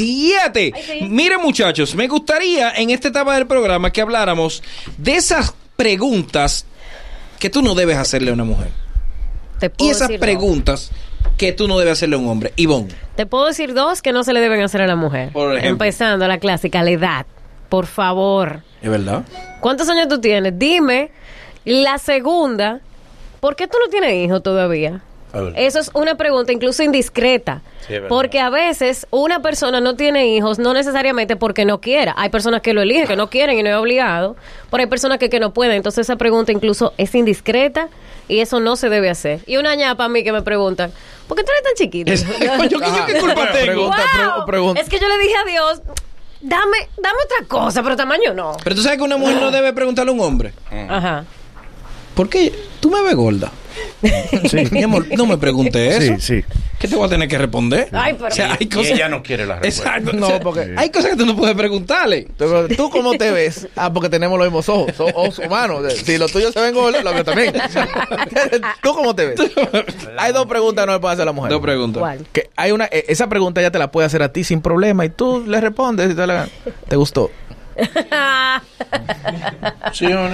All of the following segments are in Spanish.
7. Ay, sí. Miren muchachos, me gustaría en esta etapa del programa que habláramos de esas preguntas que tú no debes hacerle a una mujer. Te Y puedo esas decir preguntas que tú no debes hacerle a un hombre. Ivonne, dos. Te puedo decir dos que no se le deben hacer a la mujer. Por ejemplo. Empezando la clásica, la edad. Por favor. ¿es verdad? ¿Cuántos años tú tienes? Dime. La segunda, ¿por qué tú no tienes hijos todavía? Eso es una pregunta incluso indiscreta. Sí, es verdad. porque a veces una persona no tiene hijos, no necesariamente porque no quiera. Hay personas que lo eligen, que no quieren y no es obligado. Pero hay personas que, que no pueden. Entonces esa pregunta incluso es indiscreta y eso no se debe hacer. Y una ñapa a mí que me preguntan, ¿por qué tú eres tan chiquito? yo qué- yo qué culpa Ajá. tengo. Pregunta, Wow. pre- pregunta. Es que yo le dije a Dios, dame, dame otra cosa, pero tamaño no. Pero tú sabes que una mujer no debe preguntarle a un hombre. Mm. Ajá. ¿Por qué tú me ves gorda? Mi amor, no me preguntes eso. Sí, sí. ¿Qué te voy a tener que responder? Ay, pero- O sea, hay Y cosas... ella no quiere la respuesta. Exacto. No, o sea, porque- Hay cosas que tú no puedes preguntarle. Tú, ¿tú cómo te ves? Ah, porque tenemos los mismos ojos. Son ojos humanos. Si los tuyos se ven gordos, los míos también. ¿Tú cómo te ves? Hay dos preguntas que no le puede hacer a la mujer. Dos preguntas. ¿Cuál? Que hay una, eh, esa pregunta ya te la puede hacer a ti sin problema y tú le respondes. y te, la- te gustó. Sí, yo no-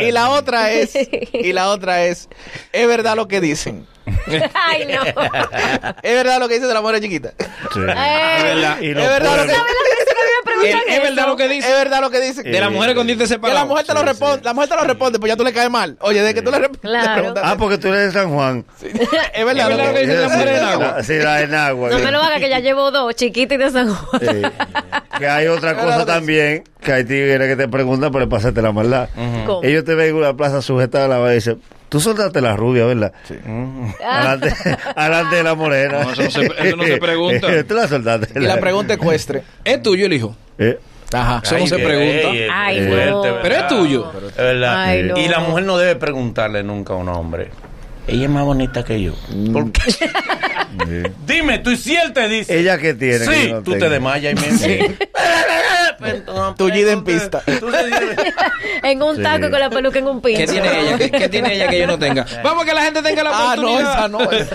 y la otra es, y la otra es, es verdad lo que dicen. Ay, no. Es verdad lo que dicen de la mujer chiquita. Eh, Es verdad lo ¿Sabes que la vez que me preguntan Es verdad eso? lo que es dice. verdad lo que dicen. Eh, De las mujeres con dientes Que separados. la mujer te lo responde, la mujer te lo responde, pues ya tú le caes mal. Oye, de que tú le, rep- le Claro. preguntas- Ah, porque tú eres de San Juan. es verdad Es lo verdad que que dice la mujer en agua. Sí, la en agua. No sí. me lo haga que ya llevo dos, chiquita y de San Juan. Sí. Que hay otra pues. cosa también, que hay tigres que te preguntan por el pasarte la maldad. ¿Cómo? Ellos te ven en una plaza sujetada a la valla y dicen, tú soltaste la rubia, ¿verdad? Ah, Adelante, adelante de la morena. No, eso no se- eso no se pregunta. tú la soltaste. Y la pregunta ecuestre. ¿Es tuyo el hijo? Eh, Ajá. Eso no se Ay, pregunta. ey, ey, Ay, qué no. ¿verdad? Pero es tuyo. Es verdad. Ay, no. Y la mujer no debe preguntarle nunca a un hombre. Ella es más bonita que yo. ¿Por qué? Dime, tú y si él te dice. ¿Ella qué tiene? que Sí, yo no tú te tengo? desmayas y me Tullida en pista. Tú te dices- En un taco y con la peluca en un pinche. ¿Qué tiene ella? ¿Qué, qué tiene ella que yo no tenga? Vamos, que la gente tenga la Ah, no, oportunidad. esa no. esa.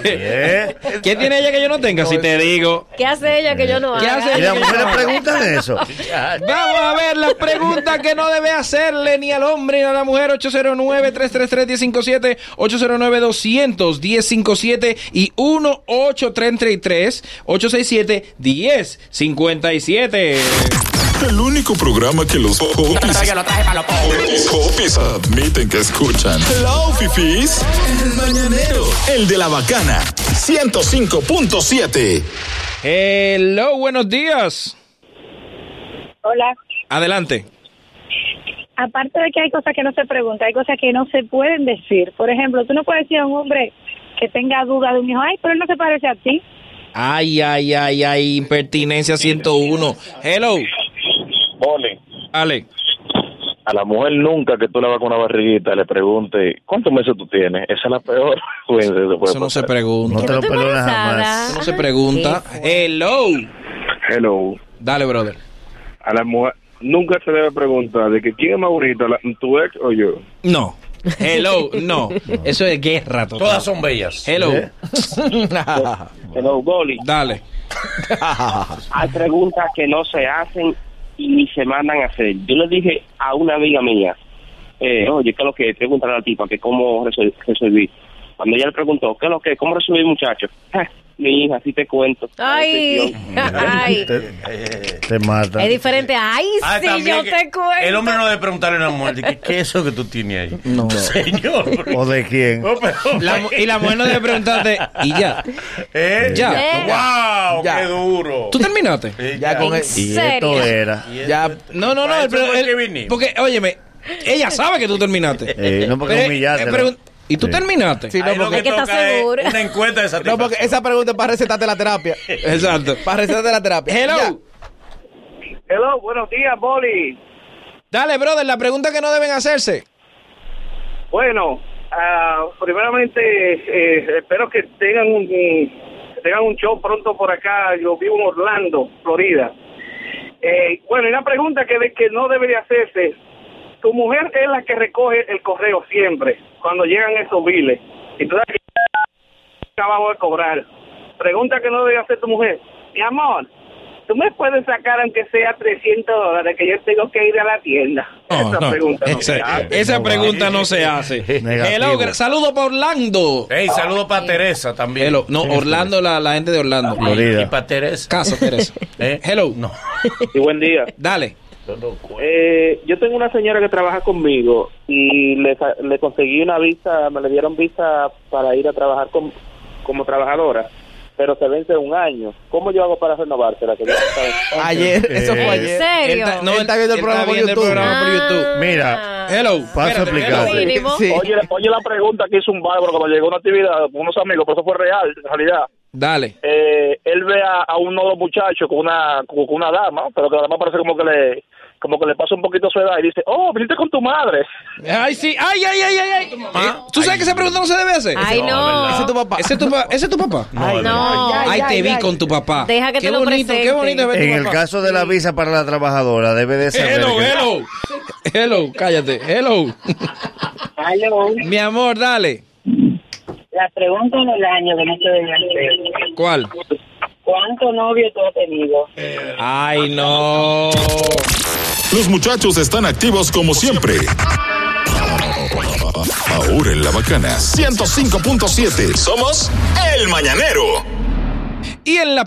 ¿Eh? ¿Qué tiene ella que yo no tenga? Si te digo. ¿Qué hace ella que yo no ¿Qué haga? hace Y ella? las mujeres preguntan eso. Vamos a ver las preguntas que no debe hacerle ni al hombre ni a la mujer. 809-333-1057, 809-200-1057 y 1-833-867-1057. El único programa que los popis, popis admiten que escuchan. Hello, fifis. El mañanero. El de la bacana. 105.7. Hello, buenos días. Hola. Adelante. Aparte de que hay cosas que no se preguntan, hay cosas que no se pueden decir. Por ejemplo, tú no puedes decir a un hombre que tenga duda de un hijo, ay, pero él no se parece a ti. Ay, ay, ay, ay, impertinencia 101. Hello, Ole, Ale. a la mujer nunca que tú la vas con una barriguita le pregunte cuántos meses tú tienes. Esa es la peor Pues, vergüenza que puede Eso no se pasar. pregunta. No Eso te lo perdonas jamás. no se pregunta. Hello. Hello. Dale, brother. A la mujer nunca se debe preguntar de que quién es más bonita, la- tu ex o yo. No. Hello, no. Eso es guerra total. Todas son ¿Eh? bellas. Eh, Hello. Hello, Goli. Dale. Hay preguntas que no se hacen y ni se mandan a hacer. Yo le dije a una amiga mía, eh, oye, ¿qué es lo que? Preguntar a la tipa que cómo resol- resolví. Cuando ella le preguntó, ¿qué es lo que? ¿Cómo resolví, muchacho? "Ja, Mi hija, así te cuento. Ay, ay. Te, te mata. Es diferente. Ay, Ah, sí, también yo que te cuento. El hombre no debe preguntarle a una mujer, ¿qué, qué es eso que tú tienes ahí? No. Señor. ¿O de quién? No, pero- La mu- y la mujer no debe preguntarte. Y ya. ¿Eh? Ya. Eh. ¡Wow! Ya. ¡Qué duro! ¿Tú terminaste? Sí, Ya con el, Y serio? esto era. ya No, no, no. Para el eso pre- fue el- que vinimos. porque, óyeme, ella sabe que tú terminaste. Eh, no porque Pero, humillaste. eh, ¿no? pregun- ¿Y tú Sí. terminaste? sí, no, Ahí lo porque, que está toca es seguro. Una encuesta de no, satisfacción. porque esa pregunta es para recetarte la terapia. Exacto. Para recetarte la terapia. Hello. Ya. Hello, buenos días, Boli. Dale, brother, la pregunta que no deben hacerse. Bueno, ah, primeramente eh, espero que tengan un que tengan un show pronto por acá. Yo vivo en Orlando, Florida. Eh, bueno, y una pregunta que, de- que no debería hacerse. Tu mujer es la que recoge el correo siempre cuando llegan esos biles. Y tú sabes que abajo de cobrar. Pregunta que no debería hacer tu mujer. mi amor, tú me puedes sacar aunque sea 300 dólares que yo tengo que ir a la tienda. No, Esa no, pregunta no esa, se hace. esa No, pregunta no se hace. Negativo. Hello, gra- saludo para Orlando. Ey, saludo para Teresa también. Hello, no, Orlando, la, la gente de Orlando. Florida. Y para Teresa. Caso, Teresa. ¿Eh? Hello. No. Y buen día. Dale. Eh, yo tengo una señora que trabaja conmigo y le, sa- le conseguí una visa, me le dieron visa para ir a trabajar con- como trabajadora, pero se vence un año. ¿Cómo yo hago para renovársela? Que yo no sabe. Ayer, eso Eh, fue ¿En ayer. serio? Él está, él está viendo el él programa por viendo el YouTube. programa Ah. por YouTube. Mira, Hello. Paso a Espérate, aplicar. hello. Sí. Sí. Oye, oye la pregunta que hizo un bárbaro cuando llegó a una actividad con unos amigos, pero eso fue real, en realidad. Dale. Eh, él ve a, a uno de los muchachos con una, con una dama, pero que la dama parece como que le como que le pasa un poquito su edad y dice, oh, viniste con tu madre. Ay, sí. Ay, ay, ay, ay. ay. Eh, Ah, ¿Tú sabes que esa pregunta no se debe hacer? Ay, no. Ese es tu papá. ¿Ese es tu, pa- ese es tu papá? Ay, no. Ahí te vi con tu papá. Deja que qué te lo bonito, presente. Qué bonito ver tu en el papá. Eh, caso de la visa para la trabajadora, debe de saber. Hello, que- hello. Hello, cállate. Hello. Aló, Mi amor, dale. la pregunta del año que no se debe hacer. ¿Cuál? ¿Cuánto novio tú has tenido? Ay, no. Los muchachos están activos como siempre. Ahora en la bacana 105.7. Somos el mañanero. Y en la